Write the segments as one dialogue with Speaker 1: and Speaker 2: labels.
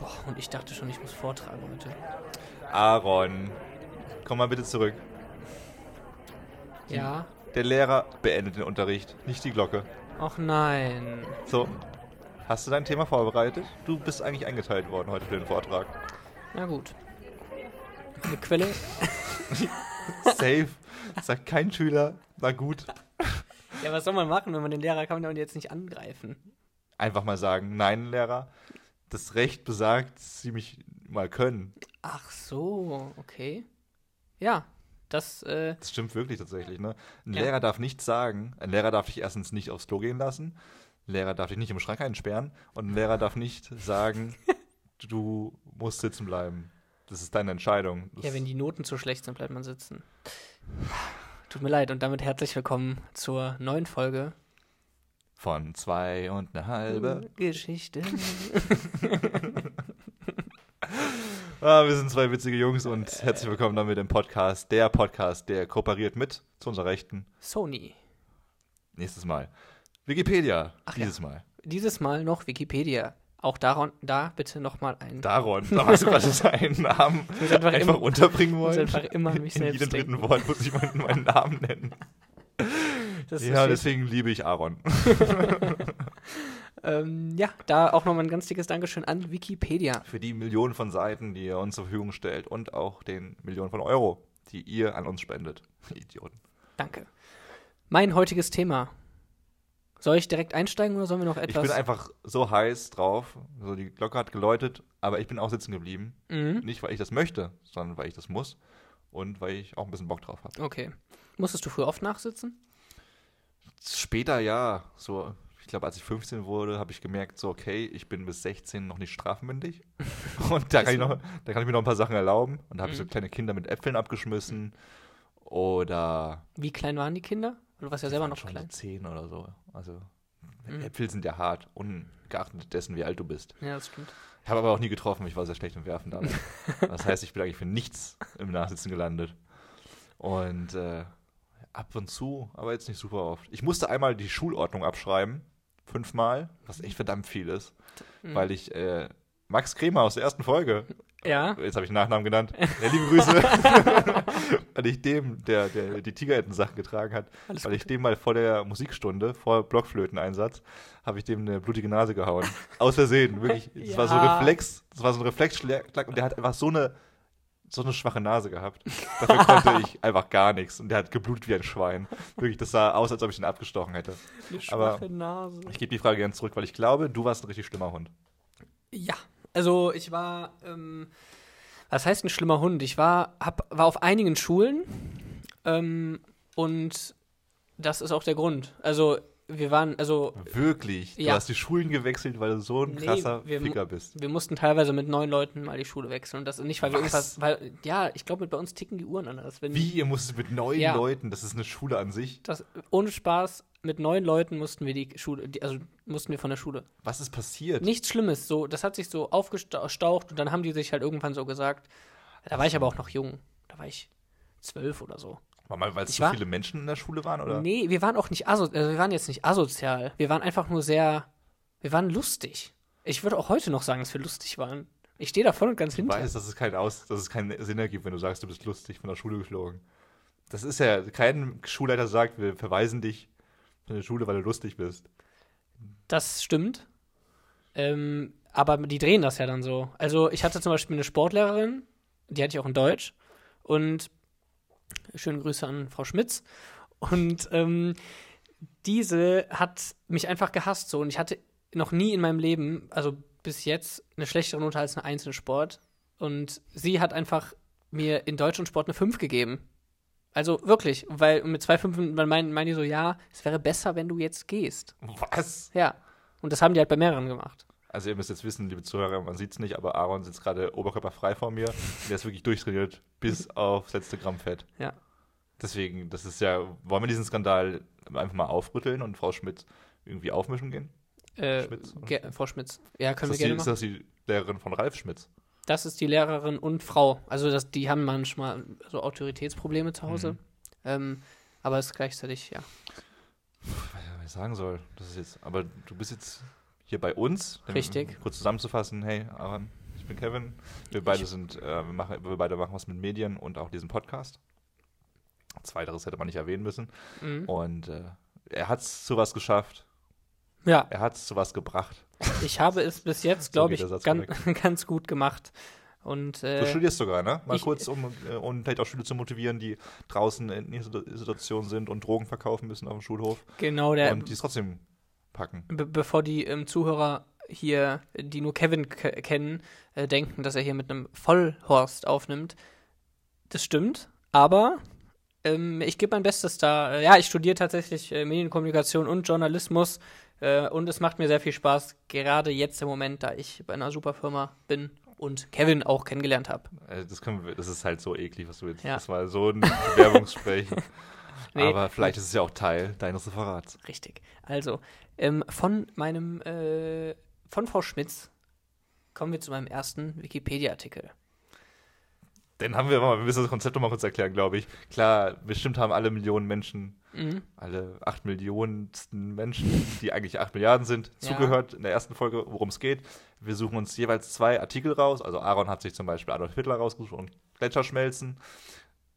Speaker 1: Och, und ich dachte schon, ich muss vortragen heute.
Speaker 2: Aaron, komm mal bitte zurück.
Speaker 1: Ja?
Speaker 2: Der Lehrer beendet den Unterricht, nicht die Glocke.
Speaker 1: Och nein.
Speaker 2: So, hast du dein Thema vorbereitet? Du bist eigentlich eingeteilt worden heute für den Vortrag.
Speaker 1: Na gut. Eine Quelle?
Speaker 2: Safe, sagt kein Schüler. Na gut,
Speaker 1: Ja, was soll man machen, wenn man den Lehrer kann man jetzt nicht angreifen?
Speaker 2: einfach mal sagen, nein, Lehrer, das Recht besagt, dass sie mich mal können.
Speaker 1: Ach so, okay. Ja, das, äh,
Speaker 2: Das stimmt wirklich tatsächlich, ne? Ein
Speaker 1: Ja.
Speaker 2: Lehrer darf nichts sagen. Ein Lehrer darf dich erstens nicht aufs Klo gehen lassen. Ein Lehrer darf dich nicht im Schrank einsperren. Und ein Lehrer darf nicht sagen, du musst sitzen bleiben. Das ist deine Entscheidung. Das
Speaker 1: ja, wenn die Noten zu schlecht sind, bleibt man sitzen. Tut mir leid und damit herzlich willkommen zur neuen Folge
Speaker 2: von zwei und eine
Speaker 1: Mhm.
Speaker 2: halbe.
Speaker 1: Geschichte.
Speaker 2: Ah, wir sind zwei witzige Jungs und herzlich willkommen damit im Podcast. Der Podcast, der kooperiert mit zu unserer Rechten.
Speaker 1: Sony.
Speaker 2: Nächstes Mal. Wikipedia.
Speaker 1: Ach ja.
Speaker 2: dieses Mal.
Speaker 1: Dieses Mal noch Wikipedia. Auch daran, da bitte nochmal ein.
Speaker 2: Daron, da hast du gerade seinen Namen
Speaker 1: muss
Speaker 2: einfach,
Speaker 1: einfach immer-
Speaker 2: unterbringen
Speaker 1: muss
Speaker 2: wollen.
Speaker 1: einfach immer an mich
Speaker 2: In
Speaker 1: selbst
Speaker 2: jedem dritten
Speaker 1: denken.
Speaker 2: Wort muss ich meinen, meinen Namen nennen.
Speaker 1: Das
Speaker 2: ja,
Speaker 1: ist
Speaker 2: deswegen liebe ich Aaron.
Speaker 1: ähm, ja, da auch nochmal ein ganz dickes Dankeschön an Wikipedia.
Speaker 2: Für die Millionen von Seiten, die ihr uns zur Verfügung stellt und auch den Millionen von Euro, die ihr an uns spendet. Idioten.
Speaker 1: Danke. Mein heutiges Thema. Soll ich direkt einsteigen oder sollen wir noch
Speaker 2: Ich
Speaker 1: etwas?
Speaker 2: bin einfach so heiß drauf. So, die Glocke hat geläutet, aber ich bin auch sitzen geblieben.
Speaker 1: mhm.
Speaker 2: Nicht, weil ich das möchte, sondern weil ich das muss und weil ich auch ein bisschen Bock drauf habe.
Speaker 1: Okay. Musstest du früher oft nachsitzen?
Speaker 2: Später ja, so, ich glaube, als ich 15 wurde, habe ich gemerkt, so, okay, ich bin bis 16 noch nicht strafmündig. Und da kann, ich noch, da kann ich mir noch ein paar Sachen erlauben. Und da habe ich
Speaker 1: Mhm.
Speaker 2: so kleine Kinder mit Äpfeln abgeschmissen. Oder
Speaker 1: Wie klein waren die Kinder? Du warst ja selber
Speaker 2: waren
Speaker 1: noch
Speaker 2: schon
Speaker 1: klein.
Speaker 2: so 10 oder so. Also
Speaker 1: Mhm.
Speaker 2: Äpfel sind ja hart, ungeachtet dessen, wie alt du bist.
Speaker 1: Ja, das stimmt.
Speaker 2: Ich habe aber auch nie getroffen, ich war sehr schlecht im Werfen damals. das heißt, ich bin eigentlich für nichts im Nachsitzen gelandet. Und äh, ab und zu, aber jetzt nicht super oft. Ich musste einmal die Schulordnung abschreiben, fünfmal, was echt verdammt viel ist,
Speaker 1: Mhm.
Speaker 2: weil ich äh, Max Kremer aus der ersten Folge,
Speaker 1: Ja.
Speaker 2: jetzt habe ich den Nachnamen genannt, ja, liebe Grüße, weil ich dem, der, der die Tigerentensachen getragen hat,
Speaker 1: Alles
Speaker 2: weil ich dem mal vor der Musikstunde, vor Blockflöteneinsatz, habe ich dem eine blutige Nase gehauen. Aus Versehen, wirklich. Das war so ein
Speaker 1: Ja.
Speaker 2: Reflex, das war so ein Reflexschlag und der hat einfach so eine, so eine schwache Nase gehabt. Dafür konnte ich einfach gar nichts und der hat geblutet wie ein Schwein. Wirklich, das sah aus, als ob ich ihn abgestochen hätte.
Speaker 1: Eine
Speaker 2: aber-
Speaker 1: schwache Nase.
Speaker 2: Ich gebe die Frage gerne zurück, weil ich glaube, du warst ein richtig schlimmer Hund.
Speaker 1: Ja, also ich war, ähm, was heißt ein schlimmer Hund? Ich war, hab, war auf einigen Schulen ähm, und das ist auch der Grund. Also wir waren, also
Speaker 2: Wirklich? Du
Speaker 1: Ja.
Speaker 2: hast die Schulen gewechselt, weil du so ein
Speaker 1: Nee,
Speaker 2: krasser
Speaker 1: wir mu-
Speaker 2: Ficker bist.
Speaker 1: wir mussten teilweise mit neun Leuten mal die Schule wechseln und das nicht, weil wir
Speaker 2: Was?
Speaker 1: irgendwas, weil ja, ich glaube, bei uns ticken die Uhren anders. Wenn
Speaker 2: Wie, ihr musstet mit neun
Speaker 1: Ja.
Speaker 2: Leuten, das ist eine Schule an sich.
Speaker 1: Das, ohne Spaß. Mit neun Leuten mussten wir die Schule, die, also mussten wir von der Schule.
Speaker 2: Was ist passiert?
Speaker 1: Nichts Schlimmes, so, das hat sich so aufgestaucht und dann haben die sich halt irgendwann so gesagt, da war ich aber auch noch jung, da war ich zwölf oder so.
Speaker 2: War mal, weil es
Speaker 1: Ich
Speaker 2: so
Speaker 1: war-
Speaker 2: viele Menschen in der Schule waren, oder?
Speaker 1: Nee, wir waren auch nicht asozial. Also wir waren jetzt nicht asozial. Wir waren einfach nur sehr. Wir waren lustig. Ich würde auch heute noch sagen, dass wir lustig waren. Ich stehe da voll und ganz
Speaker 2: Du
Speaker 1: hinter.
Speaker 2: weißt, dass es, keinen Aus, dass es keinen Sinn ergibt, wenn du sagst, du bist lustig von der Schule geflogen. Das ist ja, kein Schulleiter sagt, wir verweisen dich von der Schule, weil du lustig bist.
Speaker 1: Das stimmt. Ähm, aber die drehen das ja dann so. Also, ich hatte zum Beispiel eine Sportlehrerin, die hatte ich auch in Deutsch. Und schöne Grüße an Frau Schmitz. Und ähm, diese hat mich einfach gehasst so. Und ich hatte noch nie in meinem Leben, also bis jetzt, eine schlechtere Note als eine einzelne Sport. Und sie hat einfach mir in Deutsch und Sport eine 5 gegeben. Also wirklich, weil mit zwei Fünfen, man meint mein die so, ja, es wäre besser, wenn du jetzt gehst.
Speaker 2: Was?
Speaker 1: Ja. Und das haben die halt bei mehreren gemacht.
Speaker 2: Also ihr müsst jetzt wissen, liebe Zuhörer, man sieht es nicht, aber Aaron sitzt gerade oberkörperfrei vor mir. Und der ist wirklich durchtrainiert bis aufs letzte Gramm Fett.
Speaker 1: Ja.
Speaker 2: Deswegen, das ist ja, wollen wir diesen Skandal einfach mal aufrütteln und Frau Schmidt irgendwie aufmischen gehen?
Speaker 1: Äh,
Speaker 2: Schmitz, oder?
Speaker 1: Ge Frau Schmitz. Ja, können wir
Speaker 2: ist, das die,
Speaker 1: gerne
Speaker 2: ist
Speaker 1: machen.
Speaker 2: das die Lehrerin von Ralf Schmitz?
Speaker 1: Das ist die Lehrerin und Frau. Also das, die haben manchmal so Autoritätsprobleme zu Hause.
Speaker 2: Mhm.
Speaker 1: Ähm, aber es ist gleichzeitig, ja.
Speaker 2: was ich sagen soll. Das ist jetzt, aber du bist jetzt hier bei uns. Dann
Speaker 1: Richtig.
Speaker 2: Kurz zusammenzufassen, hey, Aaron, ich bin Kevin. Wir beide sind, äh, wir, machen, wir beide machen was mit Medien und auch diesen Podcast. Zweiteres hätte man nicht erwähnen müssen.
Speaker 1: Mhm.
Speaker 2: Und äh, er hat es zu was geschafft.
Speaker 1: Ja,
Speaker 2: Er hat es zu was gebracht.
Speaker 1: ich habe es bis jetzt, glaube
Speaker 2: geht der Satz
Speaker 1: ich, ganz, ganz gut gemacht. Und
Speaker 2: Du
Speaker 1: äh,
Speaker 2: studierst sogar, ne? Mal
Speaker 1: ich-
Speaker 2: kurz, um, äh, um vielleicht auch Schüler zu motivieren, die draußen in dieser Situation sind und Drogen verkaufen müssen auf dem Schulhof
Speaker 1: genau, der,
Speaker 2: und die es trotzdem packen.
Speaker 1: be bevor die ähm, Zuhörer hier, die nur Kevin ke- kennen, äh, denken, dass er hier mit einem Vollhorst aufnimmt. Das stimmt, aber ähm, ich gebe mein Bestes da. Äh, Ja, ich studiere tatsächlich äh, Medienkommunikation und Journalismus äh, und es macht mir sehr viel Spaß, gerade jetzt im Moment, da ich bei einer super Firma bin und Kevin auch kennengelernt habe.
Speaker 2: Also das, können wir, das ist halt so eklig, was du jetzt.
Speaker 1: Ja.
Speaker 2: Das war so ein Werbungssprechen.
Speaker 1: Nee.
Speaker 2: Aber vielleicht ist es ja auch Teil deines Referats.
Speaker 1: Richtig. Also, ähm, von meinem, äh, von Frau Schmitz kommen wir zu meinem ersten Wikipedia-Artikel.
Speaker 2: Dann haben wir mal, wir müssen das Konzept noch mal kurz erklären, glaube ich. Klar, bestimmt haben alle Millionen Menschen,
Speaker 1: Mhm.
Speaker 2: alle acht Millionensten Menschen, die eigentlich acht Milliarden sind,
Speaker 1: Ja.
Speaker 2: zugehört in der ersten Folge, worum es geht. Wir suchen uns jeweils zwei Artikel raus. Also Aaron hat sich zum Beispiel Adolf Hitler rausgesucht und Gletscherschmelzen.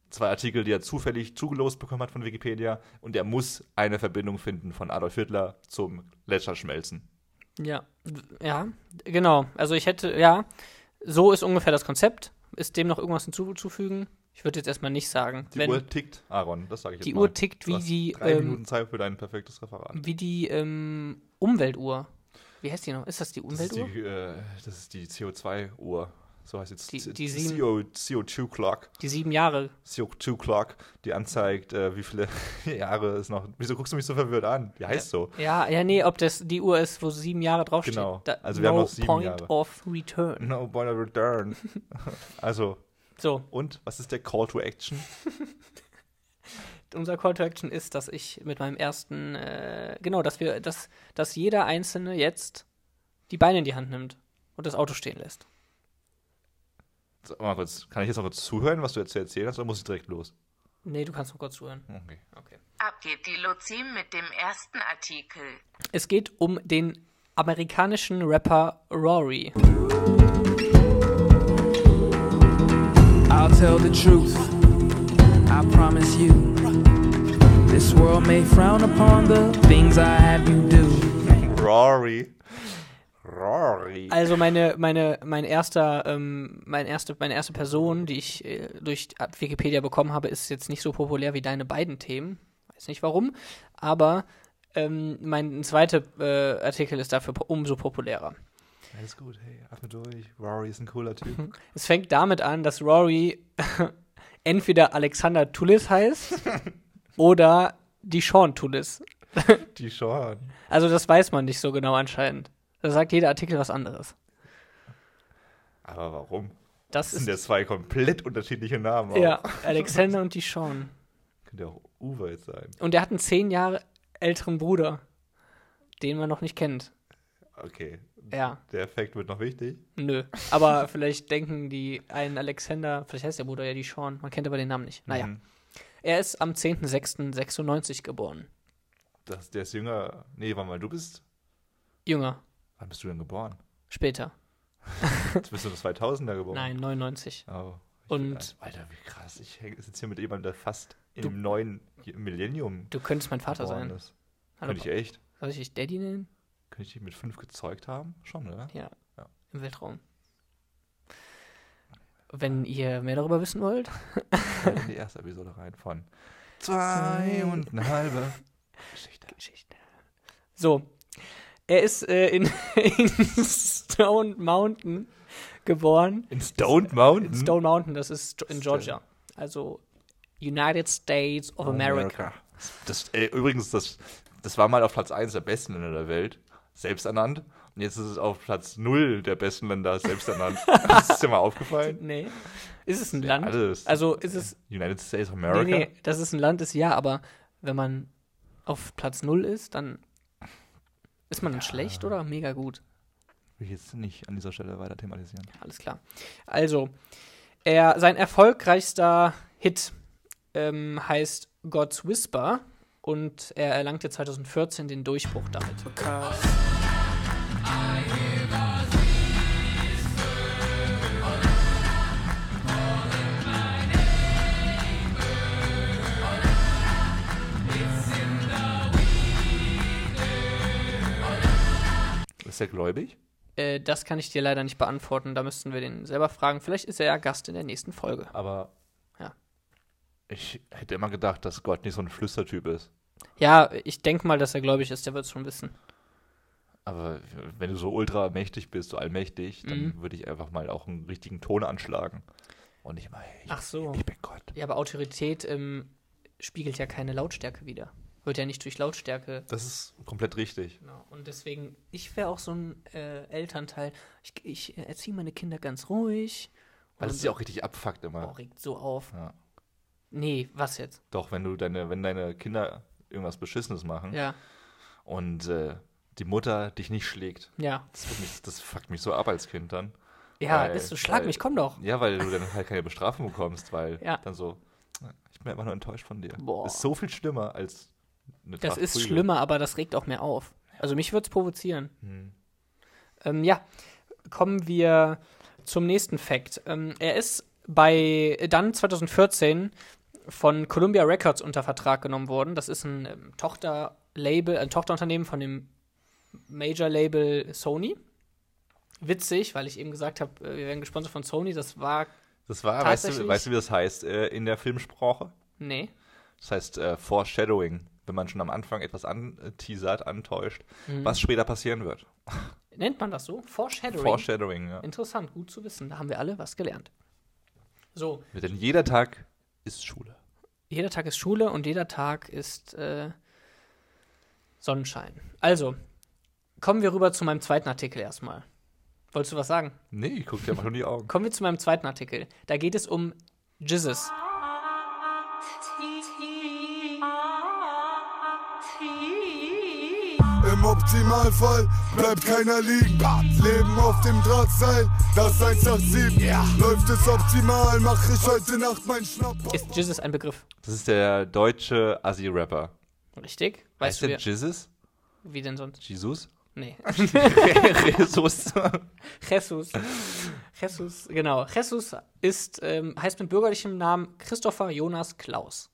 Speaker 2: Zwei Artikel, die er zufällig zugelost bekommen hat von Wikipedia. Und er muss eine Verbindung finden von Adolf Hitler zum Gletscherschmelzen.
Speaker 1: Ja. W- Ja, genau. Also ich hätte, ja, so ist ungefähr das Konzept. Ist dem noch irgendwas hinzuzufügen? Ich würde jetzt erstmal nicht sagen.
Speaker 2: Die
Speaker 1: Wenn
Speaker 2: Uhr tickt, Aaron, das sage ich jetzt
Speaker 1: die
Speaker 2: mal.
Speaker 1: Uhr tickt
Speaker 2: Du
Speaker 1: wie
Speaker 2: hast
Speaker 1: die,
Speaker 2: Drei
Speaker 1: ähm,
Speaker 2: Minuten Zeit für dein perfektes Referat.
Speaker 1: wie die ähm, Umweltuhr. Wie heißt die noch? Ist das die
Speaker 2: Das ist
Speaker 1: Umweltuhr?
Speaker 2: die, äh, das ist die CO2-Uhr. So heißt jetzt
Speaker 1: Die-
Speaker 2: C-
Speaker 1: die sieben-
Speaker 2: CO, CO2-Clock.
Speaker 1: Die, sieben Jahre.
Speaker 2: CO2-Clock, die anzeigt, äh, wie viele Jahre es noch. Wieso guckst du mich so verwirrt an? Die heißt so.
Speaker 1: Ja, ja, nee, ob das die Uhr ist, wo sieben Jahre draufsteht.
Speaker 2: Genau.
Speaker 1: Da,
Speaker 2: Also
Speaker 1: also
Speaker 2: wir
Speaker 1: no
Speaker 2: haben noch sieben
Speaker 1: point
Speaker 2: Jahre.
Speaker 1: of return.
Speaker 2: No point of return. also,
Speaker 1: So,
Speaker 2: und was ist der Call to Action?
Speaker 1: unser Call to Action ist, dass ich mit meinem ersten, äh, genau, dass wir, dass, dass jeder Einzelne jetzt die Beine in die Hand nimmt und das Auto stehen lässt.
Speaker 2: So, mal kurz, kann ich jetzt noch kurz zuhören, was du jetzt zu erzählen hast, oder muss ich direkt los?
Speaker 1: Nee, du kannst noch kurz zuhören.
Speaker 2: Okay.
Speaker 3: Ab geht die Lozim mit dem ersten Artikel.
Speaker 1: Es geht um den amerikanischen Rapper Rory.
Speaker 4: I'll tell the truth. I promise you. This world may frown upon the things I have you do.
Speaker 2: Rory. Rory.
Speaker 1: Also meine, meine, mein erster, ähm, mein erste, meine erste Person, die ich äh, durch Wikipedia bekommen habe, ist jetzt nicht so populär wie deine beiden Themen. Weiß nicht warum, aber ähm, mein zweiter äh, Artikel ist dafür po- umso populärer.
Speaker 2: Alles gut, hey, atme durch. Rory ist ein cooler Typ.
Speaker 1: Es fängt damit an, dass Rory entweder Alexander Tullis heißt oder die Sean Tullis.
Speaker 2: die Sean.
Speaker 1: Also das weiß man nicht so genau anscheinend. Da sagt jeder Artikel was anderes.
Speaker 2: Aber warum?
Speaker 1: Das
Speaker 2: Das sind
Speaker 1: ist
Speaker 2: ja zwei komplett unterschiedliche Namen. auch.
Speaker 1: ja Alexander und die Sean.
Speaker 2: Könnte ja auch Uwe jetzt sein.
Speaker 1: Und er hat einen zehn Jahre älteren Bruder, den man noch nicht kennt.
Speaker 2: Okay,
Speaker 1: Ja,
Speaker 2: der Effekt wird noch wichtig.
Speaker 1: nö. Aber vielleicht denken die einen Alexander, vielleicht heißt der Bruder ja die Sean, man kennt aber den Namen nicht. Naja.
Speaker 2: Mhm.
Speaker 1: Er ist am 10.06.96 geboren.
Speaker 2: Das, der ist jünger. Nee, warte mal, du bist.
Speaker 1: Jünger,
Speaker 2: Wann bist du denn geboren?
Speaker 1: später.
Speaker 2: Jetzt bist du im 2000er geboren.
Speaker 1: Nein, 99.
Speaker 2: Oh, ich-
Speaker 1: Und-
Speaker 2: Alter, wie krass. Ich sitze hier mit jemandem, der fast im neuen Millennium
Speaker 1: Du könntest mein Vater
Speaker 2: geboren
Speaker 1: sein.
Speaker 2: ist.
Speaker 1: Hallo,
Speaker 2: Könnte ich echt?
Speaker 1: soll ich dich Daddy nennen?
Speaker 2: Könnte ich dich mit fünf gezeugt haben? Schon, oder?
Speaker 1: Ja.
Speaker 2: Ja.
Speaker 1: Im Weltraum. Wenn ihr mehr darüber wissen wollt,
Speaker 2: Hört in die erste Episode rein von zwei und eine halbe. Geschichte.
Speaker 1: Geschichte. So. Er ist äh, in, in Stone Mountain geboren.
Speaker 2: In Stone Mountain?
Speaker 1: In Stone Mountain, das ist in Georgia. Also United States of America.
Speaker 2: Das, äh, übrigens, das, das war mal auf Platz 1 der besten Länder der Welt, selbst ernannt. Und jetzt ist es auf Platz 0 der besten Länder, selbst ernannt. das ist dir mal aufgefallen?
Speaker 1: Nee. Ist es ein
Speaker 2: Ja,
Speaker 1: Land?
Speaker 2: alles.
Speaker 1: Also ist es.
Speaker 2: United States of
Speaker 1: Nee,
Speaker 2: America?
Speaker 1: nee, dass es ein Land ist, ja, aber wenn man auf Platz 0 ist, dann ist man dann schlecht oder mega gut?
Speaker 2: Will ich jetzt nicht an dieser Stelle weiter thematisieren.
Speaker 1: Alles klar. Also, er, sein erfolgreichster Hit ähm, heißt God's Whisper und er erlangte 2014 den Durchbruch damit.
Speaker 4: Cause
Speaker 2: Ist der gläubig?
Speaker 1: Äh, das kann ich dir leider nicht beantworten. Da müssten wir den selber fragen. Vielleicht ist er ja Gast in der nächsten Folge.
Speaker 2: Aber
Speaker 1: Ja.
Speaker 2: ich hätte immer gedacht, dass Gott nicht so ein Flüstertyp ist.
Speaker 1: Ja, ich denke mal, dass er gläubig ist. Der wird es schon wissen.
Speaker 2: Aber wenn du so ultra mächtig bist, so allmächtig,
Speaker 1: Mhm.
Speaker 2: dann würde ich einfach mal auch einen richtigen Ton anschlagen. Und nicht mal, hey, ich,
Speaker 1: Ach so.
Speaker 2: ich bin Gott.
Speaker 1: Ja, aber Autorität ähm, spiegelt ja keine Lautstärke wider. Wird ja nicht durch Lautstärke
Speaker 2: Das ist komplett richtig.
Speaker 1: Genau. Und deswegen, ich wäre auch so ein äh, Elternteil. Ich, ich äh, erziehe meine Kinder ganz ruhig.
Speaker 2: Weil
Speaker 1: Und-
Speaker 2: es dich auch richtig abfuckt immer.
Speaker 1: Oh, regt so auf.
Speaker 2: Ja.
Speaker 1: Nee, was jetzt?
Speaker 2: Doch, wenn du deine, wenn deine Kinder irgendwas Beschissenes machen
Speaker 1: Ja,
Speaker 2: und äh, die Mutter dich nicht schlägt,
Speaker 1: ja.
Speaker 2: das, wird mich, das fuckt mich so ab als Kind dann.
Speaker 1: Ja,
Speaker 2: Weil- halt
Speaker 1: ist so, schlag
Speaker 2: weil-
Speaker 1: mich, komm doch.
Speaker 2: Ja, weil du dann halt keine Bestrafung bekommst, weil
Speaker 1: Ja.
Speaker 2: dann so, "Ah, ich bin einfach nur enttäuscht von dir.
Speaker 1: Boah.
Speaker 2: Ist so viel schlimmer als eine
Speaker 1: Das
Speaker 2: Tracht
Speaker 1: ist
Speaker 2: Prügel.
Speaker 1: schlimmer, aber das regt auch mehr auf. Also mich würde es provozieren.
Speaker 2: Hm.
Speaker 1: Ähm, ja, kommen wir zum nächsten Fact. Ähm, er ist bei äh, dann 2014 von Columbia Records unter Vertrag genommen worden. Das ist ein ähm, Tochterlabel, ein Tochterunternehmen von dem Major-Label Sony. Witzig, weil ich eben gesagt habe, äh, wir werden gesponsert von Sony. Das war
Speaker 2: Das war, weißt du,
Speaker 1: Tatsächlich?
Speaker 2: weißt du, wie das heißt äh, in der Filmsprache?
Speaker 1: nee.
Speaker 2: Das heißt äh, Foreshadowing, wenn man schon am Anfang etwas anteasert, antäuscht,
Speaker 1: Mhm.
Speaker 2: was später passieren wird.
Speaker 1: Nennt man das so? Foreshadowing.
Speaker 2: Foreshadowing, ja.
Speaker 1: Interessant, gut zu wissen. Da haben wir alle was gelernt. So,
Speaker 2: Denn jeder Tag ist Schule.
Speaker 1: jeder Tag ist Schule und jeder Tag ist äh, Sonnenschein. Also, kommen wir rüber zu meinem zweiten Artikel erstmal. Wolltest du was sagen?
Speaker 2: Nee, guck dir mal schon die Augen.
Speaker 1: Kommen wir zu meinem zweiten Artikel. Da geht es um Jizzes.
Speaker 5: Im Optimalfall bleibt keiner liegen. Leben auf dem Drahtseil, das 187. Läuft es optimal, mach ich heute Nacht meinen Schnapper.
Speaker 1: Ist Jizzes ein Begriff?
Speaker 2: Das ist der deutsche Assi-Rapper.
Speaker 1: Richtig?
Speaker 2: Heißt
Speaker 1: Weißt du,
Speaker 2: der
Speaker 1: wie,
Speaker 2: Jesus?
Speaker 1: wie denn sonst?
Speaker 2: Jesus?
Speaker 1: Nee.
Speaker 2: Jesus.
Speaker 1: Jesus. Jesus, genau. Jesus ist, ähm, heißt mit bürgerlichem Namen Christopher Jonas Klaus.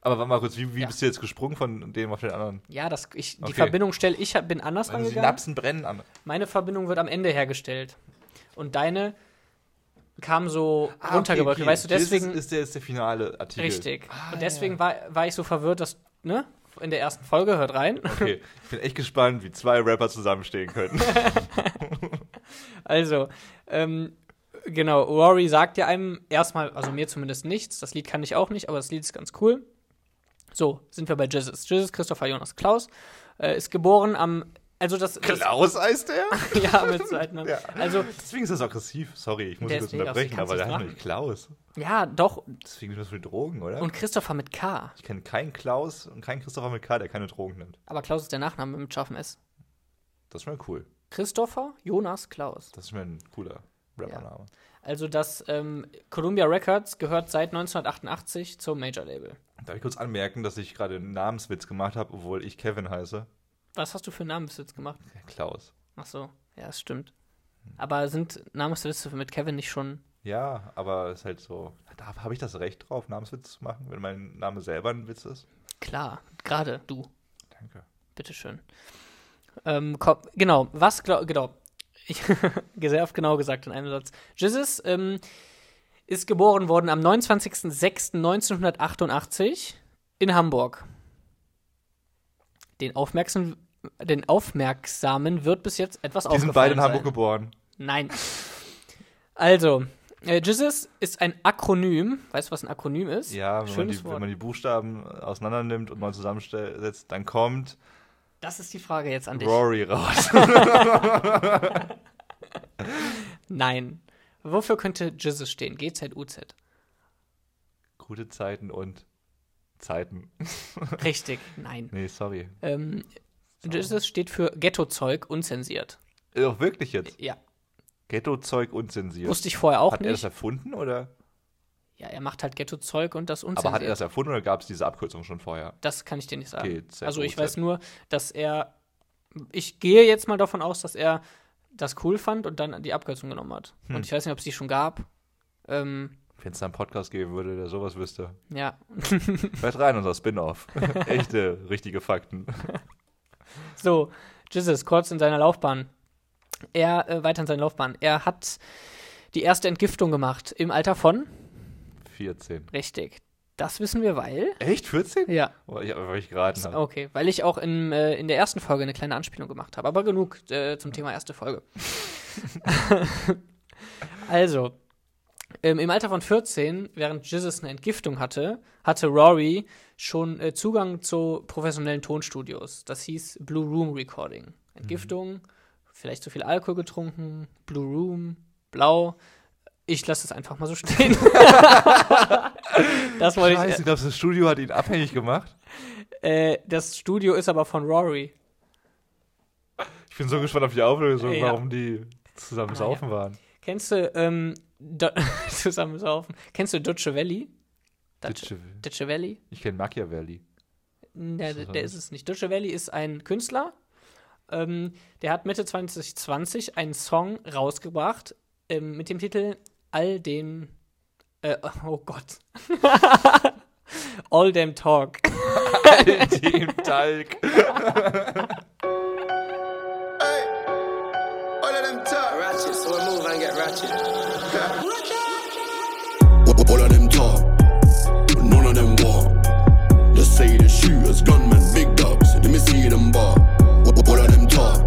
Speaker 2: Aber warte mal kurz, wie, wie
Speaker 1: Ja.
Speaker 2: bist du jetzt gesprungen von dem auf den anderen?
Speaker 1: Ja, das, ich, die
Speaker 2: Okay. Also
Speaker 1: Verbindung stelle ich, hab- bin anders
Speaker 2: Meine
Speaker 1: rangegangen.
Speaker 2: Synapsen brennen
Speaker 1: Ah,
Speaker 2: an.
Speaker 1: Meine Verbindung wird am Ende hergestellt. Und deine kam
Speaker 2: Ah,
Speaker 1: so runtergebeugt. Weißt du,
Speaker 2: Jesus
Speaker 1: deswegen.
Speaker 2: ist Ah, der, ist der finale Artikel.
Speaker 1: richtig. Und deswegen war, war ich so verwirrt, dass, ne? In der ersten Folge, hört rein.
Speaker 2: Okay, ich bin echt gespannt, wie zwei Rapper zusammenstehen können.
Speaker 1: Also, ähm, genau, Rory sagt ja einem erstmal, also mir zumindest nichts, das Lied kann ich auch nicht, aber das Lied ist ganz cool. So, sind wir bei Jesus. Jesus Christopher Jonas Klaus äh, ist geboren am, also das, das
Speaker 2: Klaus heißt der?
Speaker 1: ja, mit zweiten Namen. Also,
Speaker 2: Deswegen ist das aggressiv. Sorry, ich muss ihn kurz
Speaker 1: Deswegen, aber
Speaker 2: unterbrechen,
Speaker 1: kannst
Speaker 2: aber
Speaker 1: du's
Speaker 2: der heißt
Speaker 1: machen?
Speaker 2: nicht Klaus.
Speaker 1: ja, doch,
Speaker 2: Deswegen sind das für Drogen, oder?
Speaker 1: und Christopher mit K,
Speaker 2: ich kenne keinen Klaus und keinen Christopher mit K, der keine Drogen nimmt.
Speaker 1: aber Klaus ist der Nachname mit scharfem S.
Speaker 2: Das ist schon mal cool.
Speaker 1: Christopher Jonas Klaus.
Speaker 2: Das ist schon mal ein cooler Rappername.
Speaker 1: Also das ähm, Columbia Records gehört seit 1988 zum Major-Label.
Speaker 2: Darf ich kurz anmerken, dass ich gerade einen Namenswitz gemacht habe, obwohl ich Kevin heiße?
Speaker 1: Was hast du für einen Namen bis jetzt gemacht?
Speaker 2: Ja, Klaus.
Speaker 1: Ach so, ja, das stimmt. Aber sind Namenswitze mit Kevin nicht schon.
Speaker 2: Ja, aber ist halt so. Da habe ich das Recht drauf, Namenswitz zu machen, wenn mein Name selber ein Witz ist.
Speaker 1: Klar, gerade du,
Speaker 2: Danke.
Speaker 1: bitteschön. Ähm, ko- genau, was glaub, genau. Ich, sehr oft genau gesagt in einem Satz. Jesus ähm, ist geboren worden am 29.06.1988 in Hamburg. Den, aufmerksam, den Aufmerksamen wird bis jetzt etwas
Speaker 2: Die
Speaker 1: aufgefallen
Speaker 2: sind beide in
Speaker 1: sein.
Speaker 2: Hamburg geboren.
Speaker 1: Nein. Also, äh, JISIS ist ein Akronym. Weißt du, was ein Akronym ist?
Speaker 2: Ja, wenn man,
Speaker 1: Schönes
Speaker 2: die,
Speaker 1: Wort.
Speaker 2: wenn man die Buchstaben auseinander nimmt und neu zusammensetzt, dann kommt
Speaker 1: das ist die Frage jetzt an dich.
Speaker 2: Rory raus.
Speaker 1: Nein. Wofür könnte JISIS stehen? GZUZ.
Speaker 2: Gute Zeiten und Zeiten.
Speaker 1: Richtig. Nein.
Speaker 2: Nee, sorry.
Speaker 1: Ähm, JISIS steht für Ghettozeug unzensiert.
Speaker 2: Äh, Auch wirklich jetzt.
Speaker 1: Ja.
Speaker 2: Ghetto-Zeug unzensiert.
Speaker 1: Wusste ich vorher auch
Speaker 2: hat er das
Speaker 1: nicht.
Speaker 2: erfunden oder?
Speaker 1: ja, er macht halt Ghettozeug und das unzensiert.
Speaker 2: Aber hat er das erfunden oder gab es diese Abkürzung schon vorher?
Speaker 1: Das kann ich dir nicht sagen.
Speaker 2: Okay, Z,
Speaker 1: also ich
Speaker 2: O, Z.
Speaker 1: weiß nur, dass er. Ich gehe jetzt mal davon aus, dass er das cool fand und dann die Abkürzung genommen hat.
Speaker 2: Hm.
Speaker 1: Und ich weiß nicht, ob es die schon gab. Ähm,
Speaker 2: Wenn es da einen Podcast geben würde, der sowas wüsste.
Speaker 1: ja.
Speaker 2: Hört rein, unser Spin-off. Echte, richtige Fakten.
Speaker 1: So, Jesus, kurz in seiner Laufbahn. Er, äh, weiter in seine Laufbahn. Er hat die erste Entgiftung gemacht im Alter von,
Speaker 2: 14.
Speaker 1: richtig, das wissen wir, weil.
Speaker 2: Echt? 14?
Speaker 1: Ja.
Speaker 2: Oh, ich habe ich geraten. Hab.
Speaker 1: Okay, weil ich auch in, äh, in der ersten Folge eine kleine Anspielung gemacht habe. Aber genug äh, zum Thema erste Folge. also, ähm, im Alter von 14, während Jesus eine Entgiftung hatte, hatte Rory schon äh, Zugang zu professionellen Tonstudios. Das hieß Blue Room Recording. Entgiftung, vielleicht zu viel Alkohol getrunken, Blue Room, blau. Ich lasse es einfach mal so stehen. das wollte ich.
Speaker 2: Scheiße, ich glaube, das Studio hat ihn abhängig gemacht.
Speaker 1: Äh, das Studio ist aber von Rory.
Speaker 2: Ich bin so gespannt auf die Auflösung,
Speaker 1: Ja.
Speaker 2: warum die zusammen
Speaker 1: Ah,
Speaker 2: saufen waren.
Speaker 1: Kennst du, ähm, Do zusammen saufen. Kennst du Dutche Valley? Dutche,
Speaker 2: Dutche-
Speaker 1: Dutche Valley?
Speaker 2: Ich kenne Machiavelli.
Speaker 1: Na,
Speaker 2: das
Speaker 1: der,
Speaker 2: was
Speaker 1: der ist es nicht. Dutche Valley ist ein Künstler. Ähm, der hat Mitte 2020 einen Song rausgebracht ähm, mit dem Titel All den. Äh, oh Gott. All Them Talk.
Speaker 2: Dem Talg.
Speaker 6: All of them talk. Ratchet, so I move and get ratchet.
Speaker 7: All of them talk, none of them walk. Just say the shooters, gunmen, big dogs. Let me see them bar. All of them talk,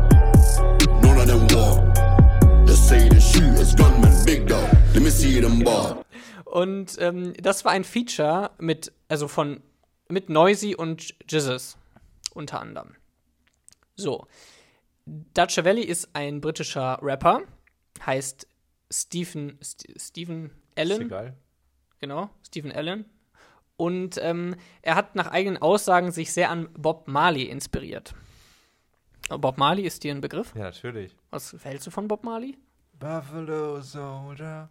Speaker 7: none of them walk. Just say the shooters, gunmen, big dog. Let me see them bar.
Speaker 1: Und ähm, das war ein Feature mit, also von, mit Noisy und Jizzes unter anderem. So. Dutch Valley ist ein britischer Rapper, heißt Stephen, St Stephen
Speaker 2: Ist
Speaker 1: Allen,
Speaker 2: egal.
Speaker 1: genau, Stephen Allen. Und ähm, er hat nach eigenen Aussagen sich sehr an Bob Marley inspiriert. Bob Marley ist dir ein Begriff?
Speaker 2: Ja, natürlich.
Speaker 1: Was hältst du von Bob Marley?
Speaker 2: Buffalo Soldier.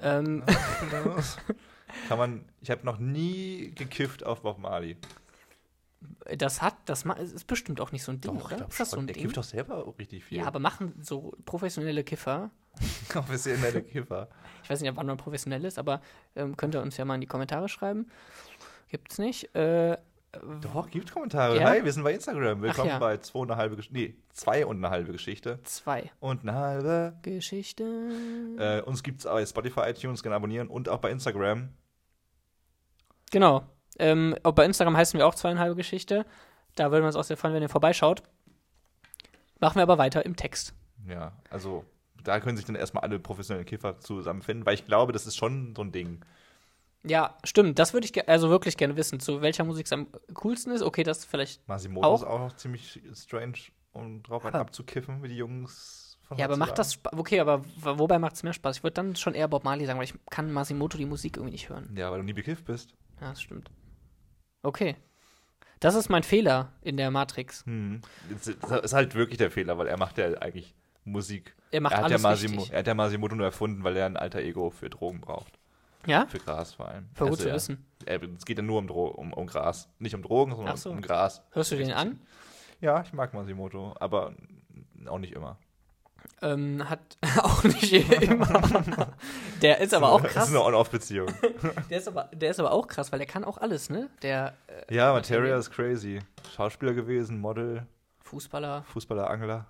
Speaker 1: Ähm,
Speaker 2: Kann man, ich habe noch nie gekifft auf Bob Marley.
Speaker 1: das hat, das ma- ist bestimmt auch nicht so ein Ding, oder? Ist das so ein
Speaker 2: der
Speaker 1: Ding?
Speaker 2: kifft doch selber auch richtig viel.
Speaker 1: Ja, aber machen so professionelle Kiffer,
Speaker 2: Auch wir sehen deine Kiffer.
Speaker 1: ich weiß nicht, ab wann man professionell ist, aber ähm, könnt ihr uns ja mal in die Kommentare schreiben. Gibt's nicht. Äh,
Speaker 2: Doch, gibt Kommentare.
Speaker 1: Ja?
Speaker 2: Hi, wir sind bei Instagram. Willkommen
Speaker 1: ja.
Speaker 2: bei zwei und eine halbe Geschichte. Nee, zwei und eine halbe Geschichte.
Speaker 1: zwei.
Speaker 2: Und eine halbe.
Speaker 1: Geschichte.
Speaker 2: Äh, uns gibt's auch bei Spotify, iTunes, gerne abonnieren und auch bei Instagram.
Speaker 1: Genau. Ähm, auch bei Instagram heißen wir auch zweieinhalb Geschichte. Da würden wir uns auch sehr freuen, wenn ihr vorbeischaut. Machen wir aber weiter im Text.
Speaker 2: Ja, also da können sich dann erstmal alle professionellen Kiffer zusammenfinden, weil ich glaube, das ist schon so ein Ding.
Speaker 1: Ja, stimmt. Das würde ich ge- also wirklich gerne wissen, zu welcher Musik es am coolsten ist. Okay, das vielleicht.
Speaker 2: Masimoto
Speaker 1: Auch?
Speaker 2: ist auch noch ziemlich strange, um drauf einen
Speaker 1: Aber-
Speaker 2: abzukiffen, wie die Jungs von
Speaker 1: Ja, aber macht das
Speaker 2: heutzutage.
Speaker 1: Spaß? Okay, aber w- wobei macht es mehr Spaß? Ich würde dann schon eher Bob Marley sagen, weil ich kann Masimoto die Musik irgendwie nicht hören.
Speaker 2: Ja, weil du nie bekifft bist.
Speaker 1: Ja, das stimmt. Okay. Das ist mein Fehler in der Matrix.
Speaker 2: Hm. Das ist das ist halt wirklich der Fehler, weil er macht ja eigentlich Musik.
Speaker 1: Er macht
Speaker 2: er hat
Speaker 1: alles
Speaker 2: ja Masimo,
Speaker 1: richtig.
Speaker 2: Er hat ja Masimoto nur erfunden, weil er ein alter Ego für Drogen braucht.
Speaker 1: Ja?
Speaker 2: Für Gras vor allem. Also
Speaker 1: Voll gut zu
Speaker 2: ja,
Speaker 1: wissen.
Speaker 2: Er, es geht ja nur um, Dro um, um Gras. Nicht um Drogen, sondern
Speaker 1: Ach so.
Speaker 2: um Gras.
Speaker 1: Hörst du den an?
Speaker 2: Ja, ich mag Masimoto, aber auch nicht immer.
Speaker 1: Ähm, hat auch nicht immer. Der ist aber auch
Speaker 2: Das
Speaker 1: krass.
Speaker 2: ist eine On-Off-Beziehung.
Speaker 1: Der ist aber, der ist aber auch krass, weil der kann auch alles, ne? Der äh,
Speaker 2: ja, Materia ist crazy. Schauspieler gewesen, Model,
Speaker 1: Fußballer
Speaker 2: Fußballer, Angler.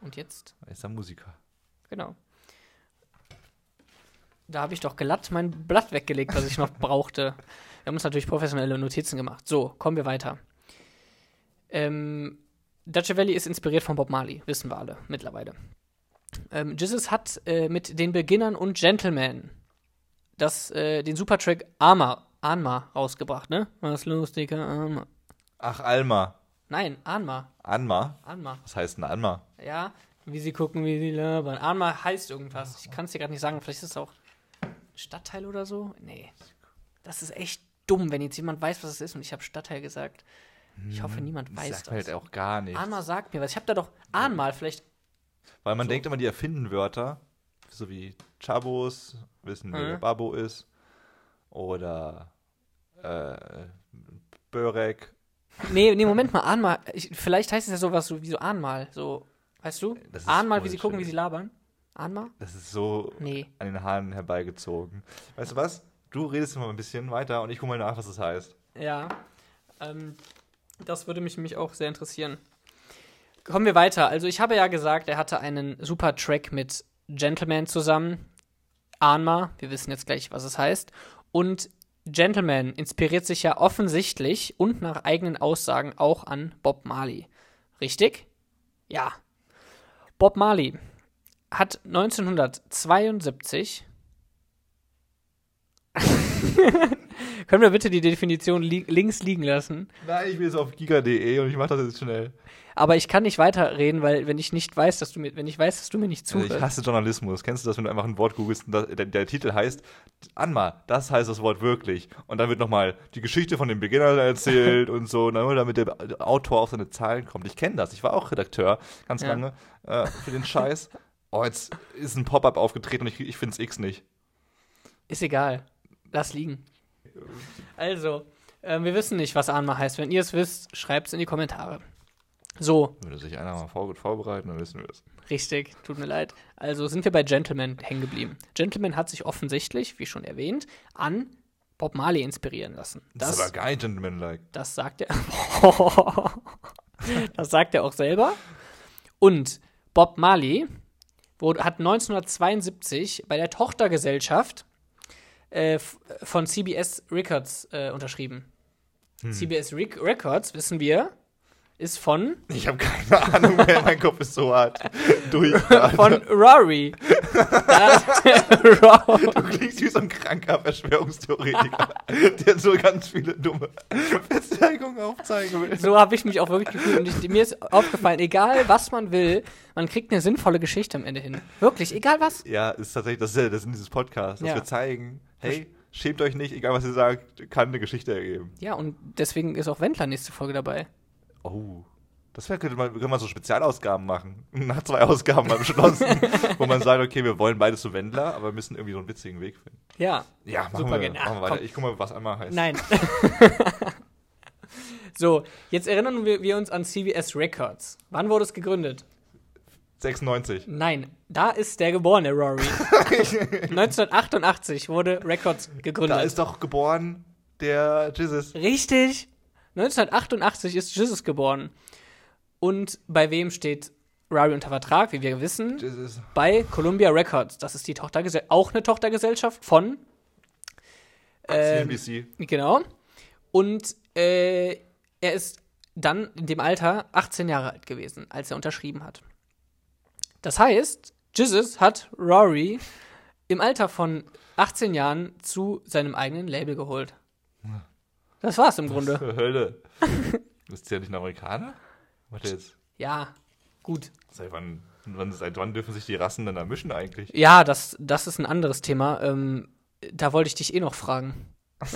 Speaker 1: und jetzt,
Speaker 2: Er Ist er Musiker.
Speaker 1: genau. Da habe ich doch glatt mein Blatt weggelegt, was ich noch brauchte. Wir haben uns natürlich professionelle Notizen gemacht. So, kommen wir weiter. Ähm, Dutch Valley ist inspiriert von Bob Marley, wissen wir alle mittlerweile. Ähm, Jesus hat äh, mit den Beginnern und Gentlemen das, äh, den Supertrack Arma, Anma rausgebracht, ne? Was los, Digga, Arma.
Speaker 2: Ach, Alma.
Speaker 1: Nein, Anma,
Speaker 2: Anma?
Speaker 1: Anma.
Speaker 2: Was heißt denn Anma?
Speaker 1: Ja, wie sie gucken, wie sie labern. Arma heißt irgendwas. Ich kann es dir gerade nicht sagen. Vielleicht ist es auch Stadtteil oder so. Nee. Das ist echt dumm, wenn jetzt jemand weiß, was es ist und ich habe Stadtteil gesagt. Ich hoffe, niemand weiß
Speaker 2: Sagt mir
Speaker 1: das.
Speaker 2: halt auch gar nicht.
Speaker 1: Arma sagt mir was. Ich habe da doch Ahnmal vielleicht.
Speaker 2: Weil man denkt immer, die erfinden Wörter. So wie Chabos, wissen wir, wer
Speaker 1: Mhm.
Speaker 2: Babo ist. Oder äh, Börek.
Speaker 1: Nee, nee, Moment mal. Ahnmal. Ich, vielleicht heißt es ja sowas so, wie so Ahnmal. So, weißt du?
Speaker 2: Das ist
Speaker 1: Ahnmal, wie sie
Speaker 2: unschön.
Speaker 1: gucken, wie sie labern. Ahnmal?
Speaker 2: Das ist so
Speaker 1: Nee.
Speaker 2: an den Haaren herbeigezogen. Weißt du was? Du redest immer ein bisschen weiter und ich gucke mal nach, was das heißt.
Speaker 1: Ja, ähm, das würde mich, mich auch sehr interessieren. Kommen wir weiter. Also ich habe ja gesagt, er hatte einen super Track mit Gentleman zusammen. Anma, wir wissen jetzt gleich, was es heißt. Und Gentleman inspiriert sich ja offensichtlich und nach eigenen Aussagen auch an Bob Marley. Richtig? Ja. Bob Marley hat 1972 Können wir bitte die Definition li links liegen lassen?
Speaker 2: Nein, ich bin jetzt auf giga.de und ich mache das jetzt schnell.
Speaker 1: Aber ich kann nicht weiterreden, weil wenn ich nicht weiß, dass du mir, wenn ich weiß, dass du mir nicht
Speaker 2: Also
Speaker 1: zuhörst.
Speaker 2: ich hasse Journalismus. Kennst du das, wenn du einfach ein Wort googelst und das, der, der Titel heißt Anma, das heißt das Wort wirklich. Und dann wird nochmal die Geschichte von dem Beginner erzählt und so, ne, damit der Autor auf seine Zahlen kommt. Ich kenne das. Ich war auch Redakteur ganz
Speaker 1: Ja.
Speaker 2: lange äh, für den Scheiß. Oh, jetzt ist ein Pop-up aufgetreten und ich, ich find's X nicht.
Speaker 1: Ist egal. Lass liegen. Also, ähm, wir wissen nicht, was Anma heißt. Wenn ihr es wisst, schreibt es in die Kommentare. So,
Speaker 2: Würde sich einer mal vor, gut vorbereiten, dann wissen wir das.
Speaker 1: richtig, tut mir leid. Also sind wir bei Gentleman hängen geblieben. Gentleman hat sich offensichtlich, wie schon erwähnt, an Bob Marley inspirieren lassen.
Speaker 2: Das, ist aber geil, Gentleman-like.
Speaker 1: Das sagt er. das sagt er auch selber. Und Bob Marley wurde, hat 1972 bei der Tochtergesellschaft äh, f- von CBS Records äh, unterschrieben. CBS Re Records, wissen wir, ist von,
Speaker 2: Ich habe keine Ahnung mehr, mein Kopf ist so hart. Durch. gerade.
Speaker 1: von Rory. Das, Rory.
Speaker 2: Du klingst wie so ein kranker Verschwörungstheoretiker, der so ganz viele dumme Festlegungen aufzeigen will.
Speaker 1: So habe ich mich auch wirklich gefühlt. Und ich, mir ist aufgefallen, egal was man will, man kriegt eine sinnvolle Geschichte am Ende hin. Wirklich, egal was.
Speaker 2: Ja, ist tatsächlich, das ist ja das Sinn dieses Podcasts, dass
Speaker 1: Ja.
Speaker 2: wir zeigen, hey, schämt euch nicht, egal was ihr sagt, kann eine Geschichte ergeben.
Speaker 1: Ja, und deswegen ist auch Wendler nächste Folge dabei.
Speaker 2: Oh. Das wär, könnte man, könnte man so Spezialausgaben machen. Nach zwei Ausgaben am Schloss, wo man sagt, okay, wir wollen beide zu Wendler, aber wir müssen irgendwie so einen witzigen Weg finden.
Speaker 1: Ja.
Speaker 2: Ja, genau. machen
Speaker 1: Super
Speaker 2: wir,
Speaker 1: gerne. Ach,
Speaker 2: machen wir weiter.
Speaker 1: komm.
Speaker 2: Ich guck mal, was einmal heißt.
Speaker 1: Nein. so, jetzt erinnern wir, wir uns an CBS Records. Wann wurde es gegründet?
Speaker 2: 96.
Speaker 1: Nein, da ist der geborene Rory. 1988 wurde Records gegründet.
Speaker 2: Da ist doch geboren der Jesus.
Speaker 1: Richtig. 1988 ist Jesus geboren. Und bei wem steht Rory unter Vertrag, wie wir wissen?
Speaker 2: Jesus.
Speaker 1: bei Columbia Records. Das ist die Tochtergesellschaft, auch eine Tochtergesellschaft von ähm,
Speaker 2: CNBC.
Speaker 1: Genau. Und äh, er ist dann in dem Alter 18 Jahre alt gewesen, als er unterschrieben hat. Das heißt, Jesus hat Rory im Alter von 18 Jahren zu seinem eigenen Label geholt. Das war's im Grunde.
Speaker 2: Für Hölle. Bist du ja nicht ein Amerikaner? Warte jetzt.
Speaker 1: Ja, gut.
Speaker 2: Seit wann, wann, seit wann dürfen sich die Rassen denn da mischen eigentlich?
Speaker 1: Ja, das, das ist ein anderes Thema. Ähm, da wollte ich dich eh noch fragen.
Speaker 2: Ich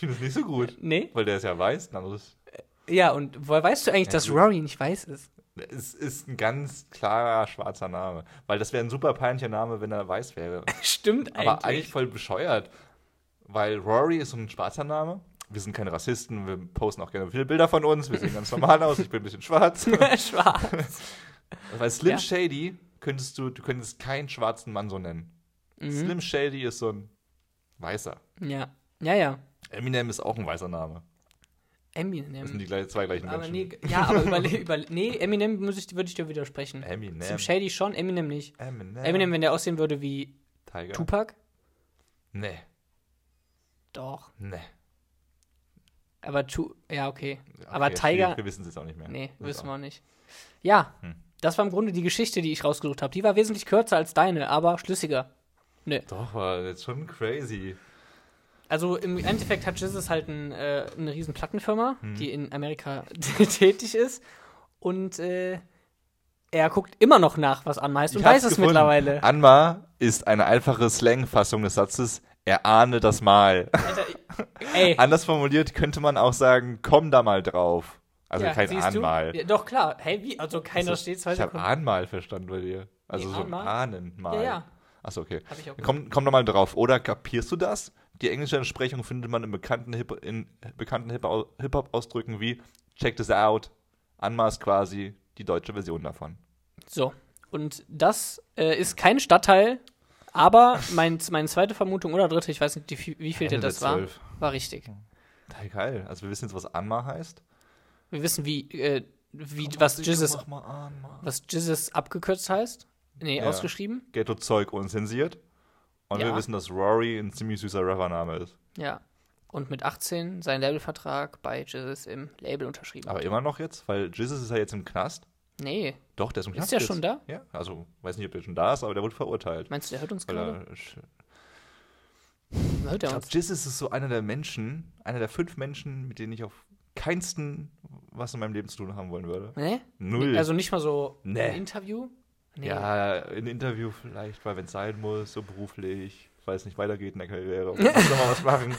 Speaker 2: finde das nicht so gut.
Speaker 1: Nee?
Speaker 2: Weil der ist ja weiß. Ein anderes.
Speaker 1: Ja, und woher weißt du eigentlich, dass
Speaker 2: gut.
Speaker 1: Rory nicht weiß ist?
Speaker 2: Es ist ein ganz klarer schwarzer Name. Weil das wäre ein super peinlicher Name, wenn er weiß wäre.
Speaker 1: Stimmt
Speaker 2: Aber eigentlich voll bescheuert. Weil Rory ist so ein schwarzer Name. Wir sind keine Rassisten. Wir posten auch gerne viele Bilder von uns. Wir sehen ganz normal aus. Ich bin ein bisschen schwarz.
Speaker 1: Schwarz.
Speaker 2: Weil Slim
Speaker 1: Ja.
Speaker 2: Shady könntest du, du könntest keinen schwarzen Mann so nennen.
Speaker 1: Mhm.
Speaker 2: Slim Shady ist so ein weißer.
Speaker 1: Ja, ja, ja.
Speaker 2: Eminem ist auch ein weißer Name. Das sind
Speaker 1: Eminem.
Speaker 2: die gleich, zwei gleichen
Speaker 1: Aber
Speaker 2: Menschen.
Speaker 1: nee, ja, aber überle überle nee, Eminem muss ich, würde ich dir widersprechen.
Speaker 2: Eminem.
Speaker 1: Slim Shady schon, Eminem nicht.
Speaker 2: Eminem.
Speaker 1: Eminem, wenn der aussehen würde wie
Speaker 2: Tiger.
Speaker 1: Tupac?
Speaker 2: Nee,
Speaker 1: Doch.
Speaker 2: nee.
Speaker 1: Aber Tu, ja, okay.
Speaker 2: Okay,
Speaker 1: aber
Speaker 2: schwierig, Hm.
Speaker 1: Tiger,
Speaker 2: Wir wissen es jetzt auch nicht mehr.
Speaker 1: nee,
Speaker 2: Das
Speaker 1: wissen
Speaker 2: auch-
Speaker 1: wir auch nicht. Ja, das war im Grunde die Geschichte, die ich rausgesucht habe. Die war wesentlich kürzer als deine, aber schlüssiger.
Speaker 2: Doch, war jetzt schon crazy.
Speaker 1: Also im Endeffekt hat Jesus halt ein, äh, eine riesen Plattenfirma,
Speaker 2: Hm.
Speaker 1: die in Amerika tätig ist. Und äh, er guckt immer noch nach, was anmeist und
Speaker 2: Ich hab's
Speaker 1: weiß es
Speaker 2: gefunden.
Speaker 1: mittlerweile.
Speaker 2: Anma ist eine einfache Slang-Fassung des Satzes, erahne das mal.
Speaker 1: Alter, ey,
Speaker 2: Anders formuliert könnte man auch sagen, komm da mal drauf. Also
Speaker 1: ja,
Speaker 2: kein
Speaker 1: siehst du?
Speaker 2: Anmal.
Speaker 1: Ja, doch, klar. Hey, wie? Also keiner
Speaker 2: Also,
Speaker 1: steht zwei
Speaker 2: Ich habe
Speaker 1: Sekunden.
Speaker 2: Ahnmal verstanden bei dir. Also
Speaker 1: Nee,
Speaker 2: so
Speaker 1: Ahnmal.
Speaker 2: Ahnenmal.
Speaker 1: Ja, ja.
Speaker 2: Achso, okay.
Speaker 1: Hab ich auch
Speaker 2: Komm, komm doch mal drauf. Oder kapierst du das? Die englische Entsprechung findet man in bekannten Hip- in bekannten Hip- Hip-Hop-Ausdrücken wie Check this out. Anma ist quasi die deutsche Version davon.
Speaker 1: So. Und das äh, ist kein Stadtteil, aber mein, meine zweite Vermutung oder dritte, ich weiß nicht, die, viel- wie viel
Speaker 2: Ende
Speaker 1: das
Speaker 2: der
Speaker 1: war,
Speaker 2: zwölf.
Speaker 1: war richtig.
Speaker 2: Total geil. Also wir wissen jetzt, was Anma heißt.
Speaker 1: Wir wissen, wie, äh, wie was Jesus
Speaker 2: Mach mal an, Mann.
Speaker 1: was Jesus abgekürzt heißt. Nee,
Speaker 2: Ja.
Speaker 1: ausgeschrieben.
Speaker 2: Ghetto-Zeug unzensiert. Und
Speaker 1: Ja.
Speaker 2: wir wissen, dass Rory ein ziemlich süßer Rappername ist.
Speaker 1: Ja. Und mit 18 seinen Labelvertrag bei Jesus im Label unterschrieben.
Speaker 2: Aber
Speaker 1: hat.
Speaker 2: immer noch jetzt, weil Jesus ist ja jetzt im Knast.
Speaker 1: Nee.
Speaker 2: Doch, der ist im Knast.
Speaker 1: der
Speaker 2: jetzt.
Speaker 1: schon da?
Speaker 2: Ja, also weiß nicht, ob der schon da ist, aber der wurde verurteilt.
Speaker 1: Meinst du, der hört uns
Speaker 2: Weil
Speaker 1: gerade?
Speaker 2: er, ich
Speaker 1: Hört er
Speaker 2: glaube,
Speaker 1: uns?
Speaker 2: Jesus ist so einer der Menschen, einer der fünf Menschen, mit denen ich auf keinsten was in meinem Leben zu tun haben wollen würde.
Speaker 1: Nee?
Speaker 2: Null.
Speaker 1: Also nicht mal so
Speaker 2: Nee.
Speaker 1: ein Interview? Nee.
Speaker 2: Ja, ein Interview vielleicht, weil wenn es sein muss, so beruflich, weil es nicht weitergeht in der Karriere, muss man mal was machen.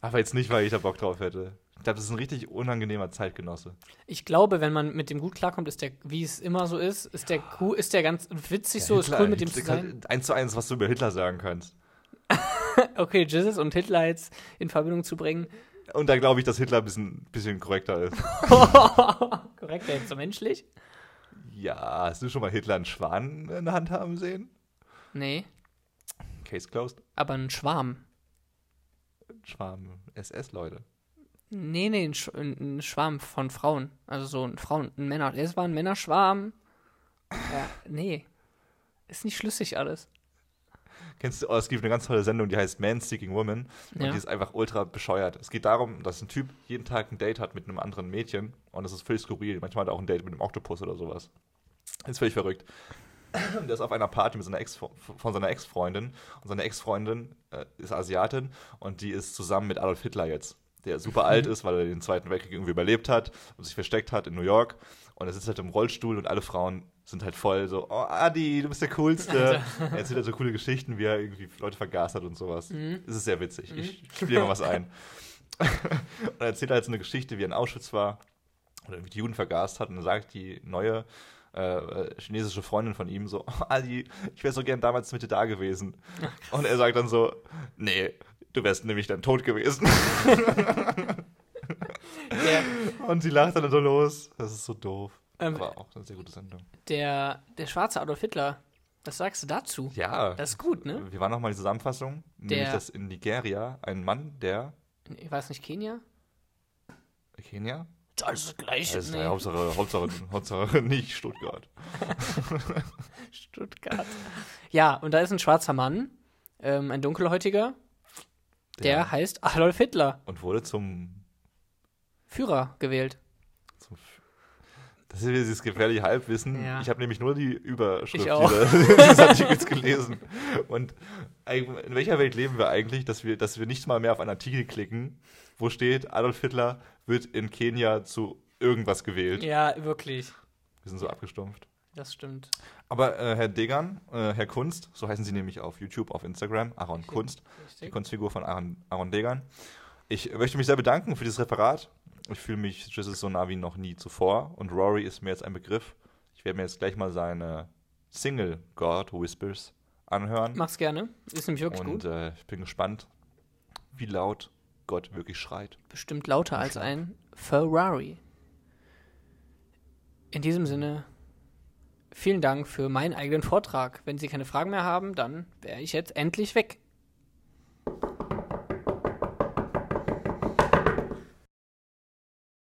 Speaker 2: Aber jetzt nicht, weil ich da Bock drauf hätte. Ich glaube, das ist ein richtig unangenehmer Zeitgenosse.
Speaker 1: Ich glaube, wenn man mit dem gut klarkommt, ist der, wie es immer so ist, ist der cool, ist der ganz witzig so, ist cool mit dem zu
Speaker 2: Hitler-
Speaker 1: sein.
Speaker 2: Eins zu eins, was du über Hitler sagen kannst.
Speaker 1: Okay, Jesus und Hitler jetzt in Verbindung zu bringen.
Speaker 2: Und da glaube ich, dass Hitler ein bisschen, bisschen korrekter ist.
Speaker 1: Korrekt, der jetzt so menschlich?
Speaker 2: ja, hast du schon mal Hitler einen Schwan in der Hand haben sehen?
Speaker 1: Nee,
Speaker 2: Case closed.
Speaker 1: aber ein Schwarm.
Speaker 2: Schwarm SS, Leute.
Speaker 1: Nee, nee, ein, Sch ein ein Schwarm von Frauen. Also so ein Frauen, ein Männer. Das war ein Männerschwarm. Ja, nee. Ist nicht schlüssig alles.
Speaker 2: Kennst du, oh, es gibt eine ganz tolle Sendung, die heißt Man Seeking Woman. Und
Speaker 1: Ja.
Speaker 2: die ist einfach ultra bescheuert. Es geht darum, dass ein Typ jeden Tag ein Date hat mit einem anderen Mädchen. Und das ist völlig skurril. Manchmal hat er auch ein Date mit einem Oktopus oder sowas. Das ist völlig verrückt. Der ist auf einer Party mit seiner Ex von seiner Ex-Freundin. Und seine Ex-Freundin äh, ist Asiatin und die ist zusammen mit Adolf Hitler jetzt. Der super alt ist, weil er den Zweiten Weltkrieg irgendwie überlebt hat und sich versteckt hat in New York. Und er sitzt halt im Rollstuhl und alle Frauen sind halt voll so, oh Adi, du bist der Coolste. er erzählt halt so coole Geschichten, wie er irgendwie Leute vergast hat und sowas. Es ist sehr witzig. Ich spiele mal was ein. und er erzählt halt so eine Geschichte, wie er in Auschwitz war oder irgendwie die Juden vergast hat. Und dann sagt die neue äh, äh, chinesische Freundin von ihm so, oh, Adi, ich wäre so gern damals mit dir da gewesen. Und er sagt dann so, nee, du wärst nämlich dann tot gewesen.
Speaker 1: Der,
Speaker 2: Und sie lacht dann so los. Das ist so doof.
Speaker 1: Ähm,
Speaker 2: Aber auch eine sehr gute Sendung.
Speaker 1: der, der schwarze Adolf Hitler, was sagst du dazu?
Speaker 2: Ja,
Speaker 1: Das ist gut, ne?
Speaker 2: wir waren nochmal die Zusammenfassung. Nämlich,
Speaker 1: Der-
Speaker 2: dass in Nigeria ein Mann, der
Speaker 1: Ich weiß nicht, Kenia?
Speaker 2: Kenia?
Speaker 1: Ist alles das Gleiche.
Speaker 2: Das ist,
Speaker 1: nee.
Speaker 2: äh, Hauptsache, Hauptsache, Hauptsache nicht Stuttgart.
Speaker 1: Stuttgart. Ja, und da ist ein schwarzer Mann, ähm, ein dunkelhäutiger, der
Speaker 2: Ja.
Speaker 1: heißt Adolf Hitler,
Speaker 2: Und wurde zum
Speaker 1: Führer gewählt.
Speaker 2: Zum F- Das ist wieder dieses gefährliche Halbwissen.
Speaker 1: Ja.
Speaker 2: Ich habe nämlich nur die Überschrift
Speaker 1: Ich auch.
Speaker 2: Dieser, dieses Artikels gelesen. Und eig- in welcher Welt leben wir eigentlich, dass wir, dass wir nicht mal mehr auf einen Artikel klicken, wo steht, Adolf Hitler wird in Kenia zu irgendwas gewählt.
Speaker 1: Ja, wirklich.
Speaker 2: Wir sind so abgestumpft.
Speaker 1: Das stimmt.
Speaker 2: Aber äh, Herr Degan, äh, Herr Kunst, so heißen Sie nämlich auf YouTube, auf Instagram, Aaron Kunst, die Kunstfigur von Aaron, Aaron Degan. Ich möchte mich sehr bedanken für dieses Referat. Ich fühle mich Jesus Sonavi noch nie zuvor und Rory ist mir jetzt ein Begriff. Ich werde mir jetzt gleich mal seine Single God Whispers anhören
Speaker 1: Mach's gerne. Ist nämlich wirklich
Speaker 2: und
Speaker 1: gut.
Speaker 2: äh, ich bin gespannt, wie laut Gott wirklich schreit.
Speaker 1: Bestimmt lauter als ein Ferrari. In diesem Sinne, vielen Dank für meinen eigenen Vortrag. Wenn Sie keine Fragen mehr haben, dann wäre ich jetzt endlich weg.